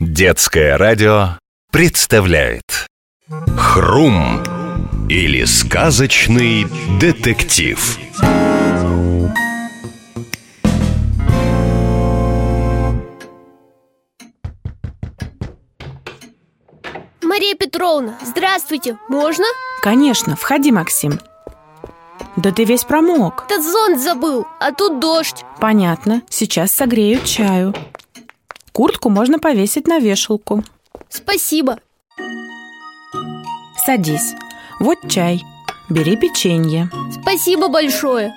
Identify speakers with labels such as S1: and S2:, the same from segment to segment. S1: Детское радио представляет Хрум или сказочный детектив
S2: Мария Петровна, здравствуйте, можно?
S3: Конечно, входи, Максим. Да ты весь промок.
S2: Этот зонт забыл, а тут дождь
S3: Понятно, сейчас согрею чаю. Куртку можно повесить на вешалку.
S2: Спасибо
S3: Садись. Вот чай. Бери печенье.
S2: Спасибо большое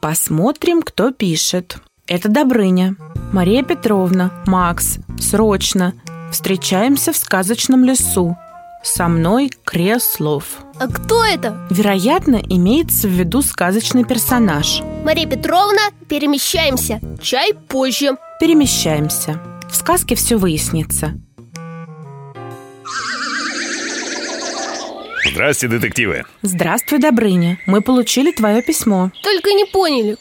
S3: Посмотрим, кто пишет. Это Добрыня. Мария Петровна, Макс, срочно. Встречаемся в сказочном лесу. Со мной Креслов.
S2: А кто это?
S3: Вероятно, имеется в виду сказочный персонаж.
S2: Мария Петровна, перемещаемся Чай позже
S3: Перемещаемся. В сказке все выяснится.
S1: Здрасте, детективы
S3: Здравствуй, Добрыня. Мы получили твое письмо.
S2: Только не поняли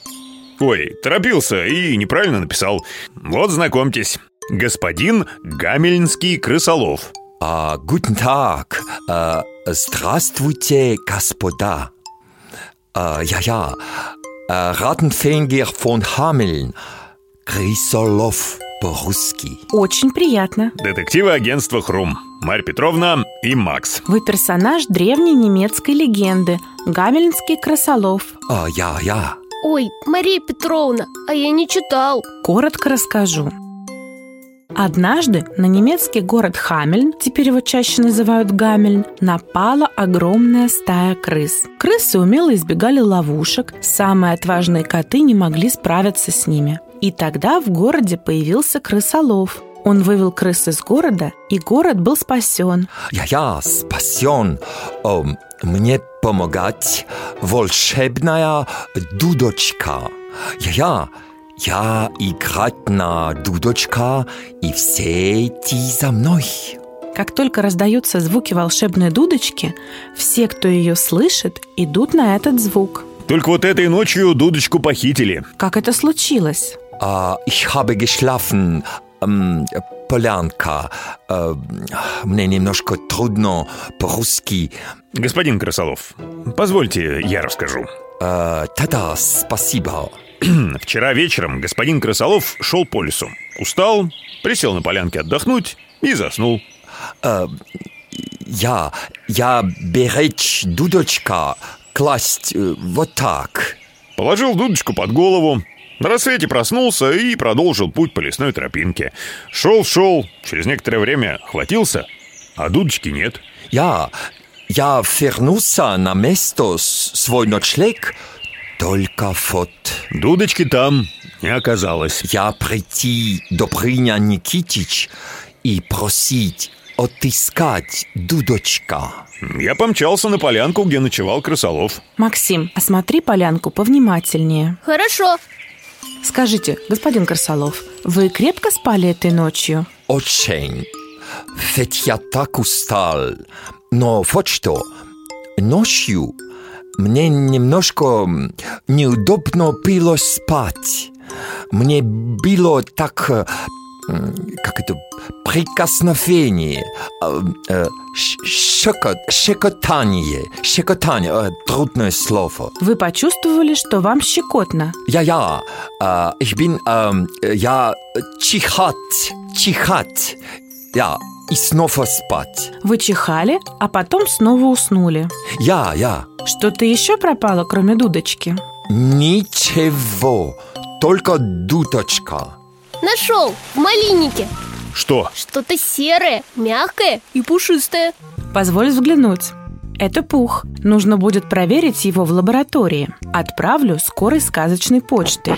S1: Ой, торопился и неправильно написал Вот знакомьтесь, господин Гамельнский Крысолов
S4: А, guten Tag. E, А, здравствуйте, господа. А, E, ja, ja. А, Rattenfänger von Hameln. Крысолов по-русски.
S3: Очень приятно.
S1: Детективы агентства Хрум Марья Петровна и Макс
S3: Вы персонаж древней немецкой легенды Гамельнский крысолов.
S4: А, я, я.
S2: Ой, Мария Петровна, а я не читал
S3: Коротко расскажу. Однажды на немецкий город Хамельн, теперь его чаще называют Гамельн, напала огромная стая крыс. Крысы умело избегали ловушек, самые отважные коты не могли справиться с ними. И тогда в городе появился крысолов. Он вывел крыс из города, и город был спасен.
S4: Я, я, спасен. Ом, мне помогать волшебная дудочка. Я, я. Я играть на дудочка, и все идти за мной.
S3: Как только раздаются звуки волшебной дудочки, все, кто ее слышит, идут на этот звук.
S1: Только вот этой ночью дудочку похитили
S3: Как это случилось?
S4: А, ich habe geschlafen. М, Полянка. Э, Мне немножко трудно по-русски.
S1: Господин Красолов, позвольте, я расскажу.
S4: Э, Та-да, спасибо.
S1: Вчера вечером господин Красолов шел по лесу. Устал, присел на полянке отдохнуть и заснул.
S4: Я, я беречь дудочка, класть э, вот так.
S1: Положил дудочку под голову. На рассвете проснулся и продолжил путь по лесной тропинке. Шел-шел, через некоторое время хватился, а дудочки нет.
S4: Я, я вернулся на место с- свой ночлег, только вот
S1: Дудочки там не оказалось.
S4: я прийти Добрыня Никитич и просить отыскать дудочка.
S1: Я помчался на полянку, где ночевал Красолов.
S3: Максим, осмотри полянку повнимательнее.
S2: Хорошо
S3: Скажите, господин Красолов, вы крепко спали этой ночью?
S4: Очень. Ведь я так устал. Но вот что. Ночью мне немножко м, неудобно было спать. Мне было так... э, м, Как это? Прикосновение. э, э, щ- щеко- Щекотание. Щекотание. э, Трудное слово.
S3: Вы почувствовали, что вам щекотно.
S4: Ja, ja, äh, ich bin, ähm, äh, ja, Chichat, Chichat. Ja, и снова спать.
S3: Вы чихали, а потом снова уснули.
S4: Ja, ja,
S3: Что-то еще пропало, кроме дудочки?
S4: ничего, только дуточка.
S2: Нашел в малиннике
S1: Что?
S2: Что-то серое, мягкое и пушистое
S3: Позволь взглянуть. Это пух. Нужно будет проверить его в лаборатории. Отправлю скорой сказочной почтой.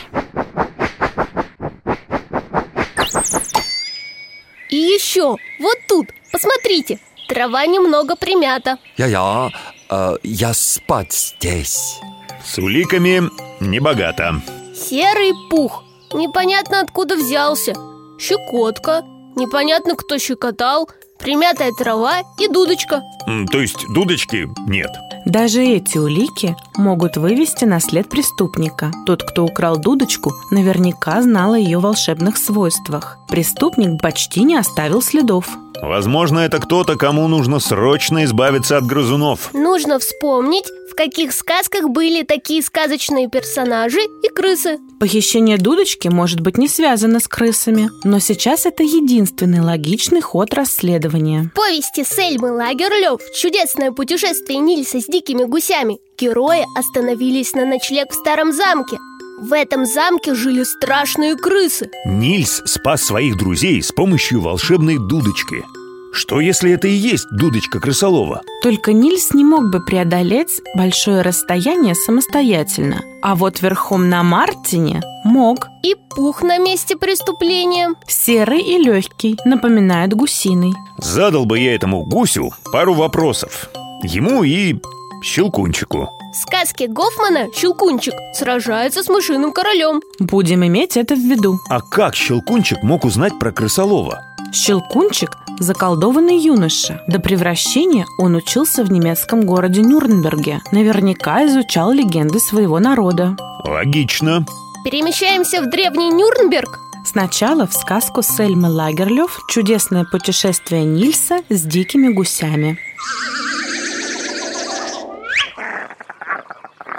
S2: И еще, вот тут, посмотрите Трава немного примята
S4: Ja, ja, äh, я спать здесь.
S1: С уликами небогато.
S2: Серый пух Непонятно откуда взялся Щекотка Непонятно кто щекотал примятая трава и дудочка.
S1: М, То есть дудочки нет.
S3: Даже эти улики могут вывести на след преступника. Тот, кто украл дудочку, наверняка знал о ее волшебных свойствах. Преступник почти не оставил следов.
S1: Возможно, это кто-то, кому нужно срочно избавиться от грызунов.
S2: Нужно вспомнить, в каких сказках были такие сказочные персонажи и крысы.
S3: Похищение дудочки может быть не связано с крысами, но сейчас это единственный логичный ход расследования.
S2: В повести Сельмы Лагерлёв «Чудесное путешествие Нильса с дикими гусями» герои остановились на ночлег в старом замке. В этом замке жили страшные крысы.
S1: Нильс спас своих друзей с помощью волшебной дудочки. Что если это и есть дудочка крысолова?
S3: Только Нильс не мог бы преодолеть большое расстояние самостоятельно, а вот верхом на Мартине мог.
S2: И пух на месте преступления.
S3: Серый и легкий, напоминает гусиный.
S1: Задал бы я этому гусю пару вопросов. Ему и щелкунчику.
S2: В сказке Гофмана Щелкунчик сражается с мышиным королем.
S3: Будем иметь это в виду.
S1: А как щелкунчик мог узнать про крысолова?
S3: Щелкунчик – заколдованный юноша. До превращения он учился в немецком городе Нюрнберге. Наверняка изучал легенды своего народа.
S1: Логично.
S2: Перемещаемся в древний Нюрнберг.
S3: Сначала в сказку Сельмы Лагерлёв «Чудесное путешествие Нильса с дикими гусями».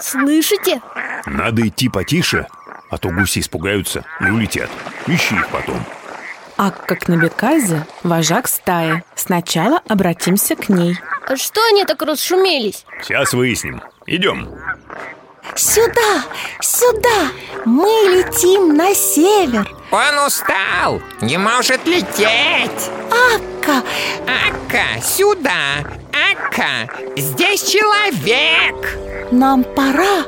S2: Слышите?
S1: Надо идти потише, а то гуси испугаются и улетят. Ищи их потом.
S3: Ак как на Беказе, вожак стаи. Сначала обратимся к ней.
S2: А что они так расшумелись?
S1: Сейчас выясним. Идем.
S5: Сюда, сюда! Мы летим на север!
S6: Он устал, не может лететь.
S5: Акка,
S6: Ака, сюда. Ака, здесь человек.
S5: нам пора!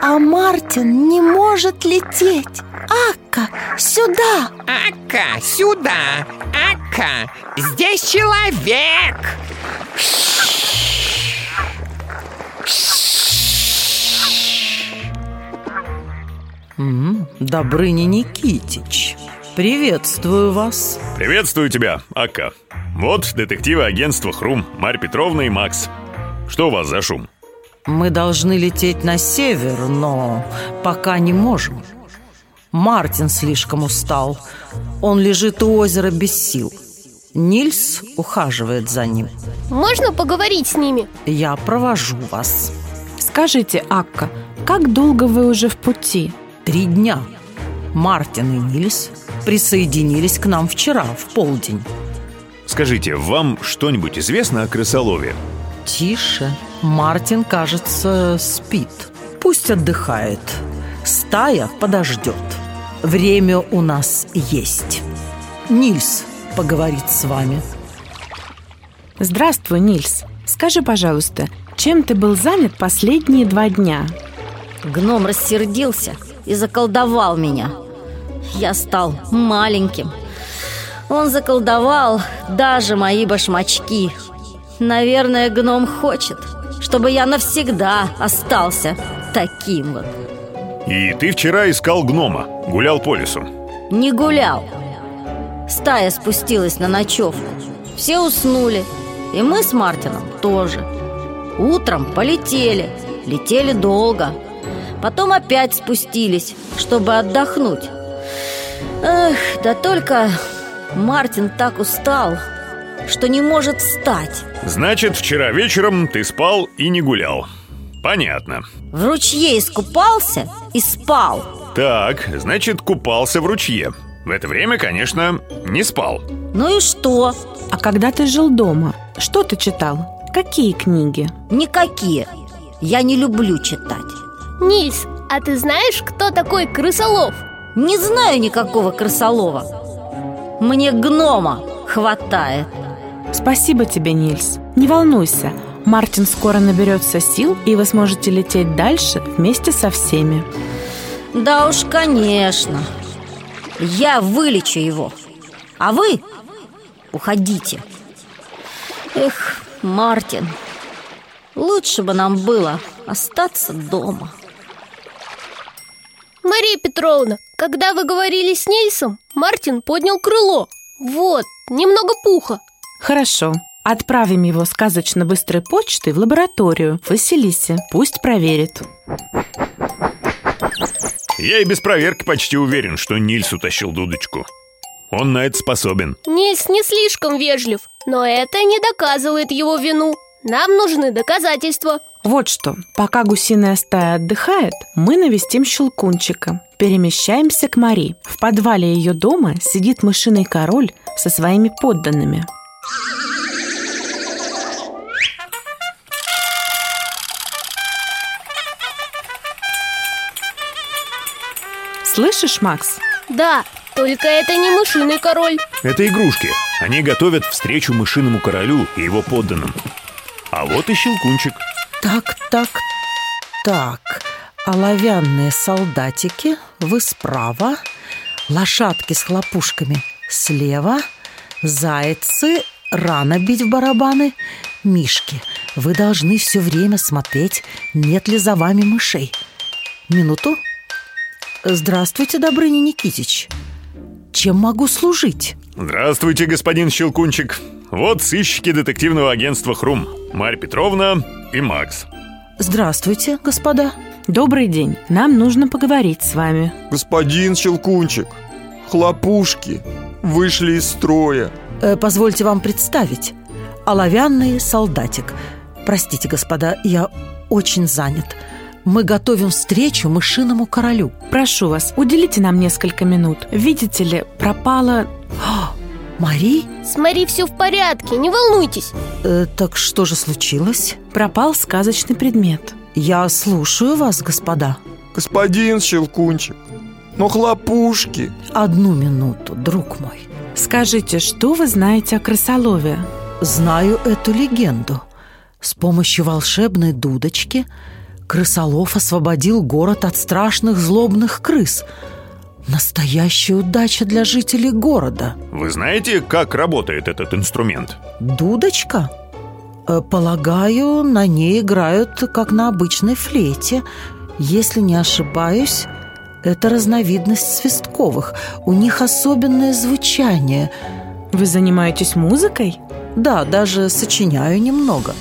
S5: А Мартин не может лететь! Акка, сюда!
S6: Ака, сюда. Ака, здесь человек.
S7: М, Добрыня Никитич, приветствую вас.
S1: Приветствую тебя, Ака. Вот детективы агентства Хрум, Марь Петровна и Макс. Что у вас за шум?
S7: Мы должны лететь на север, но пока не можем. Мартин слишком устал. Он лежит у озера без сил. Нильс ухаживает за ним.
S2: Можно поговорить с ними?
S7: Я провожу вас.
S3: Скажите, Акка, как долго вы уже в пути?
S7: Три дня. Мартин и Нильс присоединились к нам вчера в полдень.
S1: Скажите, вам что-нибудь известно о крысолове?
S7: Тише. Мартин, кажется, спит. Пусть отдыхает. Стая подождет. Время у нас есть. Нильс поговорит с вами.
S3: Здравствуй, Нильс. Скажи, пожалуйста, чем ты был занят последние два дня?
S8: Гном рассердился и заколдовал меня. Я стал маленьким. Он заколдовал даже мои башмачки. Наверное, гном хочет, чтобы я навсегда остался таким вот.
S1: И ты вчера искал гнома, гулял по лесу.
S8: Не гулял. Стая спустилась на ночевку. Все уснули. И мы с Мартином тоже. Утром полетели. Летели долго. Потом опять спустились, чтобы отдохнуть. Эх, да только Мартин так устал, что не может встать.
S1: Значит, вчера вечером ты спал и не гулял. Понятно.
S8: В ручье искупался и спал.
S1: Так, значит, купался в ручье. В это время, конечно, не спал.
S8: Ну и что?
S3: А когда ты жил дома, что ты читал? Какие книги?
S8: Никакие. Я не люблю читать.
S2: Нильс, а ты знаешь, кто такой крысолов?
S8: Не знаю никакого крысолова. Мне гнома хватает.
S3: Спасибо тебе, Нильс. Не волнуйся, Мартин скоро наберется сил, и вы сможете лететь дальше вместе со всеми.
S8: Да уж, конечно. Я вылечу его. А вы уходите. Эх, Мартин, лучше бы нам было остаться дома.
S2: Мария Петровна, когда вы говорили с Нильсом, Мартин поднял крыло. Вот, немного пуха.
S3: Хорошо. Отправим его сказочно быстрой почтой в лабораторию Василисе. Пусть проверит.
S1: Я и без проверки почти уверен, что Нильс утащил дудочку. Он на это способен.
S2: Нильс не слишком вежлив, но это не доказывает его вину. Нам нужны доказательства.
S3: Вот что, пока гусиная стая отдыхает, мы навестим щелкунчика. Перемещаемся к Мари. В подвале ее дома сидит мышиный король со своими подданными. Слышишь, Макс?
S2: Да, только это не мышиный король.
S1: Это игрушки. Они готовят встречу мышиному королю и его подданным. А вот и щелкунчик.
S7: Так, так, так. Оловянные солдатики, вы справа. Лошадки с хлопушками слева. Зайцы, рано бить в барабаны. Мишки, вы должны все время смотреть, нет ли за вами мышей. Минуту. Здравствуйте, Добрыня Никитич. Чем могу служить?
S1: Здравствуйте, господин Щелкунчик. Вот сыщики детективного агентства «Хрум». Марья Петровна и Макс.
S7: Здравствуйте, господа.
S3: Добрый день. Нам нужно поговорить с вами.
S9: Господин Щелкунчик, хлопушки вышли из строя.
S7: Э, позвольте вам представить. Оловянный солдатик. Простите, господа, я очень занят. Мы готовим встречу мышиному королю.
S3: Прошу вас, уделите нам несколько минут. Видите ли, пропала...
S7: А, Мари?
S2: С Мари все в порядке, не волнуйтесь.
S7: Э, так что же случилось?
S3: Пропал сказочный предмет.
S7: Я слушаю вас, господа.
S9: Господин Щелкунчик, но хлопушки.
S7: Одну минуту, друг мой.
S3: Скажите, что вы знаете о крысолове?
S7: Знаю эту легенду. С помощью волшебной дудочки крысолов освободил город от страшных злобных крыс. Настоящая удача для жителей города.
S1: Вы знаете, как работает этот инструмент?
S7: Дудочка? Э, Полагаю, на ней играют, как на обычной флейте. Если не ошибаюсь, это разновидность свистковых. У них особенное звучание.
S3: Вы занимаетесь музыкой?
S7: Да, даже сочиняю немного.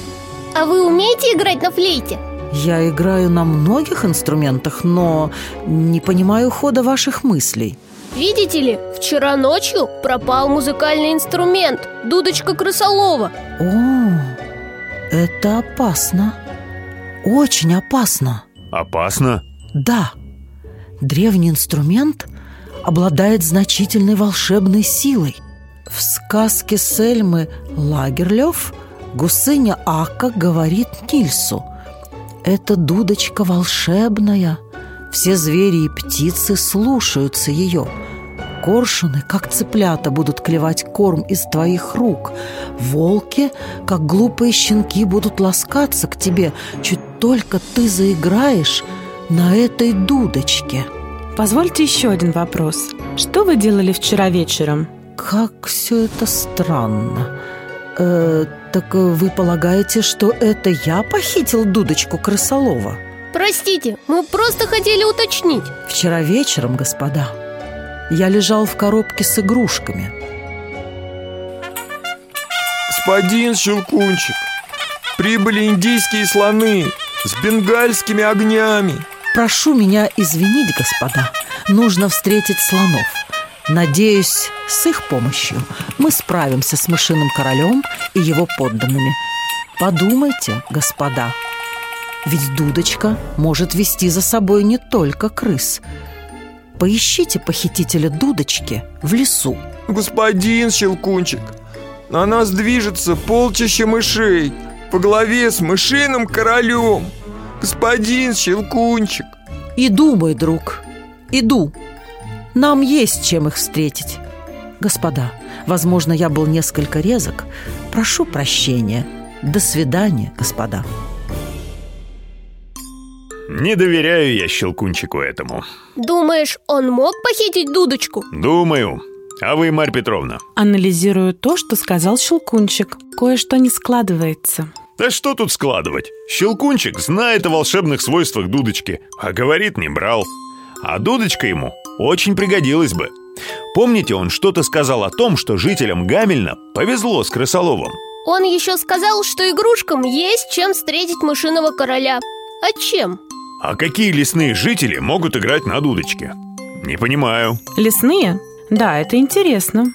S2: А вы умеете играть на флейте?
S7: Я играю на многих инструментах, но не понимаю хода ваших мыслей.
S2: Видите ли, вчера ночью пропал музыкальный инструмент Дудочка крысолова
S7: О, это опасно. Очень опасно.
S1: Опасно?
S7: Да, древний инструмент обладает значительной волшебной силой. В сказке Сельмы Лагерлёв гусыня Ака говорит Нильсу «Это дудочка волшебная, все звери и птицы слушаются ее». Коршуны, как цыплята, будут клевать корм из твоих рук. Волки, как глупые щенки, будут ласкаться к тебе, чуть только ты заиграешь на этой дудочке.
S3: Позвольте еще один вопрос. Что вы делали вчера вечером?
S7: Как все это странно. Э, так э, вы полагаете, что это я похитил дудочку крысолова?
S2: Простите, мы просто хотели уточнить
S7: Вчера вечером, господа, я лежал в коробке с игрушками.
S9: Господин Щелкунчик, прибыли индийские слоны с бенгальскими огнями.
S7: Прошу меня извинить, господа. Нужно встретить слонов. Надеюсь, с их помощью мы справимся с мышиным королем и его подданными. Подумайте, господа. Ведь дудочка может вести за собой не только крыс. Поищите похитителя дудочки в лесу.
S9: Господин Щелкунчик, на нас движется полчища мышей по голове с мышиным королем. Господин Щелкунчик,
S7: Иду, мой друг, иду. Нам есть чем их встретить. Господа, возможно, я был несколько резок. Прошу прощения. До свидания, господа.
S1: Не доверяю я Щелкунчику этому.
S2: Думаешь, он мог похитить Дудочку?
S1: Думаю. А вы, Марья Петровна?
S3: Анализирую то, что сказал Щелкунчик. Кое-что не складывается.
S1: Да что тут складывать? Щелкунчик знает о волшебных свойствах дудочки, а говорит, не брал. А дудочка ему очень пригодилась бы. Помните, он что-то сказал о том, что жителям Гамельна повезло с крысоловом?
S2: Он еще сказал, что игрушкам есть чем встретить мышиного короля. А чем?
S1: А какие лесные жители могут играть на дудочке? Не понимаю.
S3: Лесные? Да, это интересно.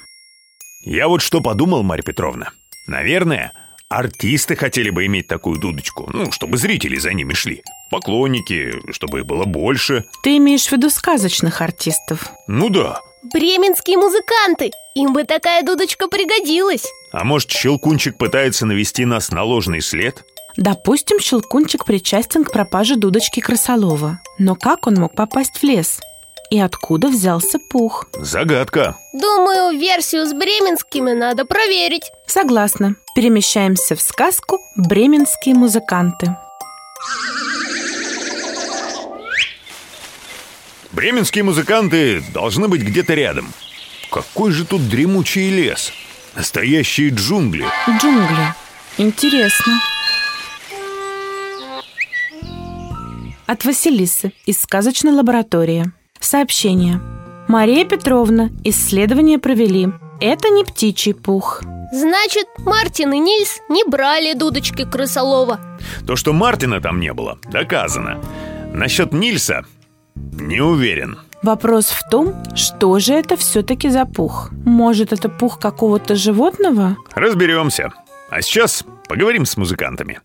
S1: Я вот что подумал, Марья Петровна. Наверное, артисты хотели бы иметь такую дудочку, ну, чтобы зрители за ними шли. Поклонники, чтобы их было больше.
S3: Ты имеешь в виду сказочных артистов?
S1: Ну да.
S2: Бременские музыканты! Им бы такая дудочка пригодилась.
S1: А может, Щелкунчик пытается навести нас на ложный след?
S3: Допустим, Щелкунчик причастен к пропаже дудочки Красолова. Но как он мог попасть в лес? И откуда взялся пух?
S1: Загадка.
S2: Думаю, версию с бременскими надо проверить.
S3: Согласна. Перемещаемся в сказку «Бременские музыканты».
S1: Бременские музыканты должны быть где-то рядом. Какой же тут дремучий лес? Настоящие джунгли.
S3: Джунгли. Интересно. От Василисы из сказочной лаборатории. Сообщение. Мария Петровна, исследование провели. Это не птичий пух.
S2: Значит, Мартин и Нильс не брали дудочки крысолова.
S1: То, что Мартина там не было, доказано. Насчет Нильса не уверен.
S3: Вопрос в том, что же это все-таки за пух? Может, это пух какого-то животного?
S1: Разберемся. А сейчас поговорим с музыкантами.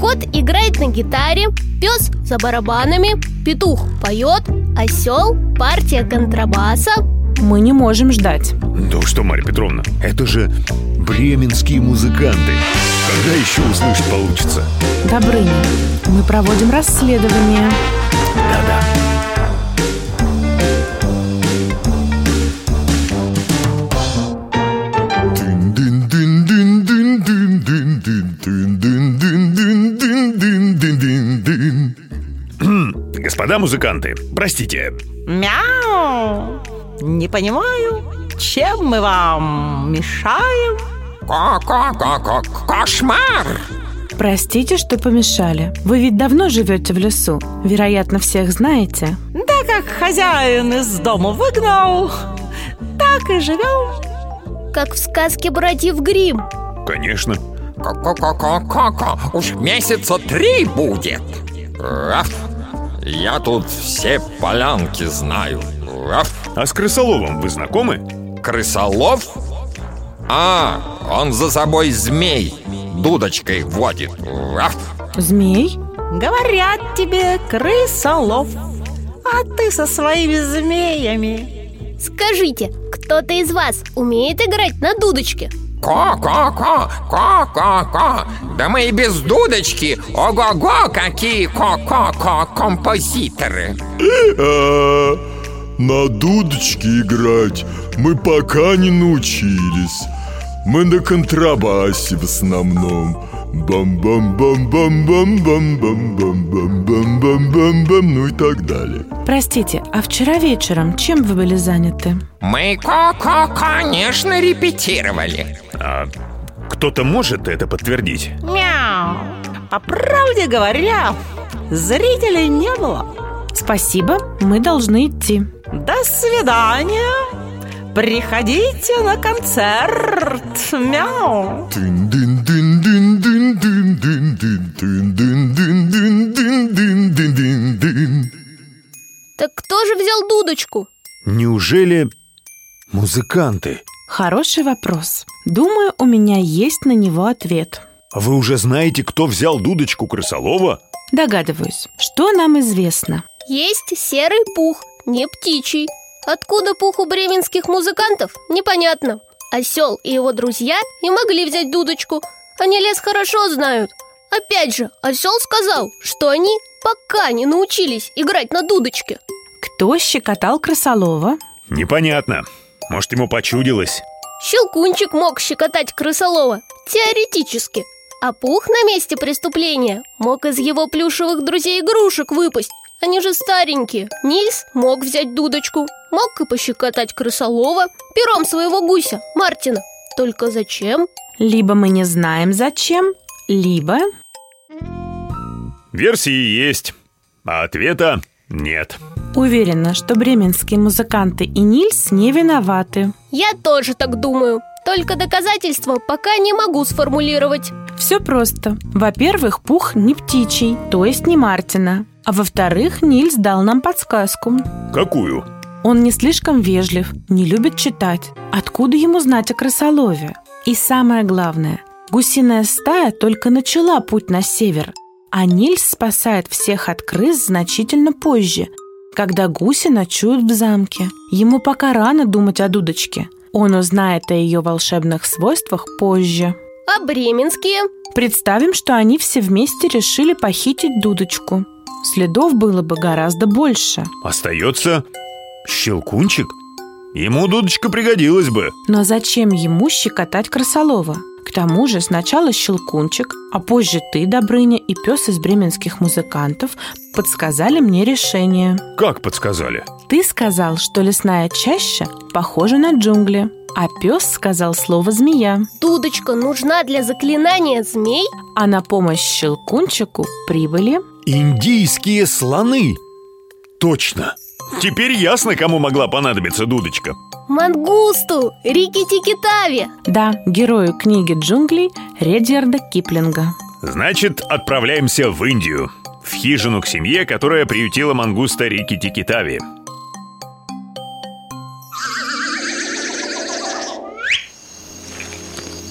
S2: Кот играет на гитаре, пес за барабанами, петух поет, осел – партия контрабаса.
S3: Мы не можем ждать.
S1: Да что, Марья Петровна, это же бременские музыканты. Когда еще услышать получится?
S3: Добрыня, мы проводим расследование.
S1: Да-да. Хм, Господа музыканты, простите,
S7: Мяу! Не понимаю, чем мы вам мешаем?
S6: Ко-ко-ко-ко-кошмар!
S3: Простите, что помешали. Вы ведь давно живете в лесу. Вероятно, всех знаете.
S7: Да как хозяин из дома выгнал, так и живем.
S2: Как в сказке «Братьев Грим.
S1: конечно.
S6: Ко-ко-ко-ко-ко-ко! Уж месяца три будет! Раф! Я тут все полянки знаю. Раф!
S1: А с крысоловом вы знакомы?
S6: Крысолов? А, он за собой змей дудочкой водит. Раф!
S3: Змей?
S7: Говорят тебе, крысолов, а ты со своими змеями.
S2: Скажите, кто-то из вас умеет играть на дудочке?
S6: Ко-ко-ко, ко-ко-ко Да мы и без дудочки Ого-го, какие ко-ко-ко композиторы
S10: Э, На дудочке играть мы пока не научились. Мы на контрабасе в основном. Бам-бам-бам-бам-бам-бам-бам-бам-бам-бам-бам-бам, ну и так далее.
S3: Простите, а вчера вечером чем вы были заняты?
S6: Мы ко-ко, конечно, репетировали
S1: А кто-то может это подтвердить?
S7: Мяу! По правде говоря, зрителей не было.
S3: Спасибо, мы должны идти.
S7: До свидания! Приходите на концерт! Мяу!
S10: Тын-дын-дын-дын-дын-дын-дын-дын-дын-дын-дын-дын-дын-дын-дын.
S2: Так кто же взял дудочку?
S1: Неужели музыканты?
S3: Хороший вопрос. Думаю, у меня есть на него ответ.
S1: Вы уже знаете, кто взял дудочку крысолова?
S3: Догадываюсь, что нам известно.
S2: Есть серый пух, не птичий. Откуда пух у бременских музыкантов, непонятно. Осел и его друзья не могли взять дудочку. Они лес хорошо знают. Опять же, осел сказал, что они пока не научились играть на дудочке.
S3: Кто щекотал Красолова?
S1: Непонятно. Может, ему почудилось?
S2: Щелкунчик мог щекотать крысолова, теоретически. А пух на месте преступления мог из его плюшевых друзей игрушек выпасть. Они же старенькие. Нильс мог взять дудочку, мог и пощекотать крысолова пером своего гуся, Мартина. Только зачем?
S3: Либо мы не знаем зачем, либо...
S1: Версии есть, а ответа нет.
S3: Уверена, что бременские музыканты и Нильс не виноваты.
S2: Я тоже так думаю. Только доказательства пока не могу сформулировать.
S3: Все просто. Во-первых, пух не птичий, то есть не Мартина. А во-вторых, Нильс дал нам подсказку.
S1: Какую?
S3: Он не слишком вежлив, не любит читать. Откуда ему знать о крысолове? И самое главное, гусиная стая только начала путь на север, а Нильс спасает всех от крыс значительно позже, когда гуси ночуют в замке. Ему пока рано думать о дудочке. Он узнает о ее волшебных свойствах позже.
S2: А бременские?
S3: Представим, что они все вместе решили похитить дудочку. Следов было бы гораздо больше.
S1: Остается щелкунчик? Ему дудочка пригодилась бы.
S3: Но зачем ему щекотать крысолова? К тому же сначала Щелкунчик, а позже ты, Добрыня, и пес из бременских музыкантов подсказали мне решение.
S1: Как подсказали?
S3: Ты сказал, что лесная чаща похожа на джунгли, а пес сказал слово «змея».
S2: Дудочка нужна для заклинания змей?
S3: А на помощь Щелкунчику прибыли...
S1: Индийские слоны! Точно! Теперь ясно, кому могла понадобиться дудочка.
S2: Мангусту! Рикки-тики-тави!
S3: Да, герою книги джунглей Редьярда Киплинга.
S1: Значит, отправляемся в Индию. В хижину к семье, которая приютила мангуста Рикки-тики-тави.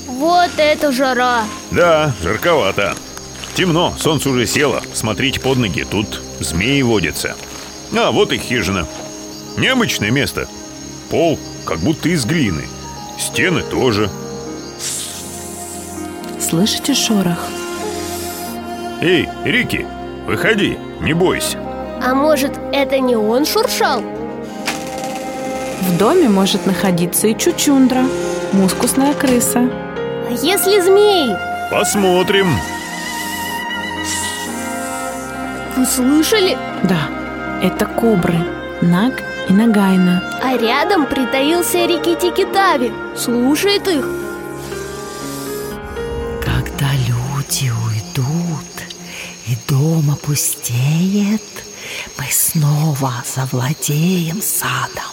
S2: Вот это жара!
S1: Да, жарковато. Темно, солнце уже село. Смотрите под ноги, тут змеи водятся. А, вот и хижина. Необычное место. Пол как будто из глины. Стены тоже.
S3: Слышите шорох?
S1: Эй, Рики, выходи, не бойся.
S2: А может, это не он шуршал?
S3: В доме может находиться и чучундра, мускусная крыса.
S2: А если змеи?
S1: Посмотрим.
S2: Вы слышали?
S3: Да, это кобры Наг и Нагайна
S2: А рядом притаился Рикки-Тики Тави Слушает их
S11: Когда люди уйдут И дом опустеет Мы снова завладеем садом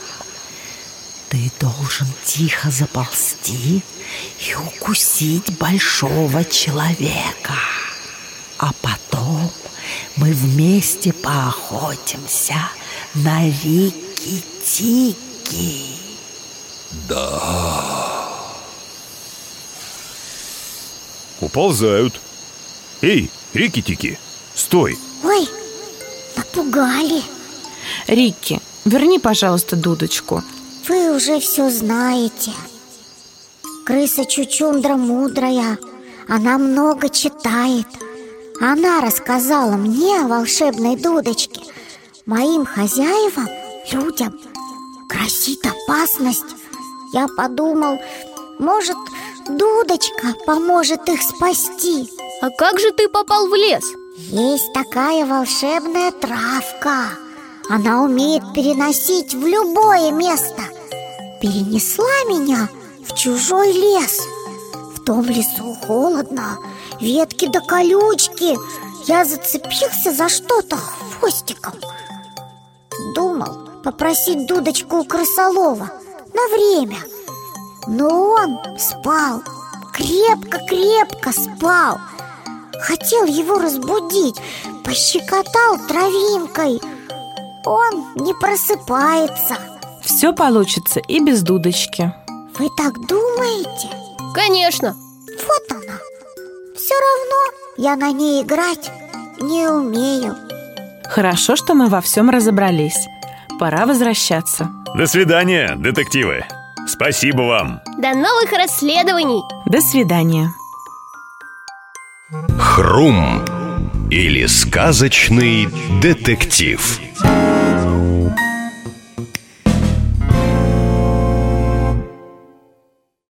S11: Ты должен тихо заползти И укусить большого человека А потом мы вместе поохотимся на Рики-Тики.
S10: Да.
S1: Уползают. Эй, Рики-Тики, стой.
S5: Ой, напугали.
S3: Рики, верни, пожалуйста, дудочку.
S5: Вы уже все знаете. Крыса Чучундра мудрая, она много читает. Она рассказала мне о волшебной дудочке, моим хозяевам, людям. Грозит опасность. Я подумал, может, дудочка поможет их спасти.
S2: А как же ты попал в лес?
S5: Есть такая волшебная травка. Она умеет переносить в любое место. Перенесла меня в чужой лес. В том лесу холодно, ветки до да колючки. Я зацепился за что-то хвостиком. Думал попросить дудочку у крысолова на время. Но он спал, крепко-крепко спал. Хотел его разбудить, пощекотал травинкой. Он не просыпается.
S3: Все получится и без дудочки.
S5: Вы так думаете?
S2: Конечно.
S5: Вот она, все равно я на ней играть не умею.
S3: Хорошо, что мы во всем разобрались. Пора возвращаться.
S1: До свидания, детективы. Спасибо вам.
S2: До новых расследований.
S3: До свидания.
S12: Хрум или сказочный детектив. Детектив.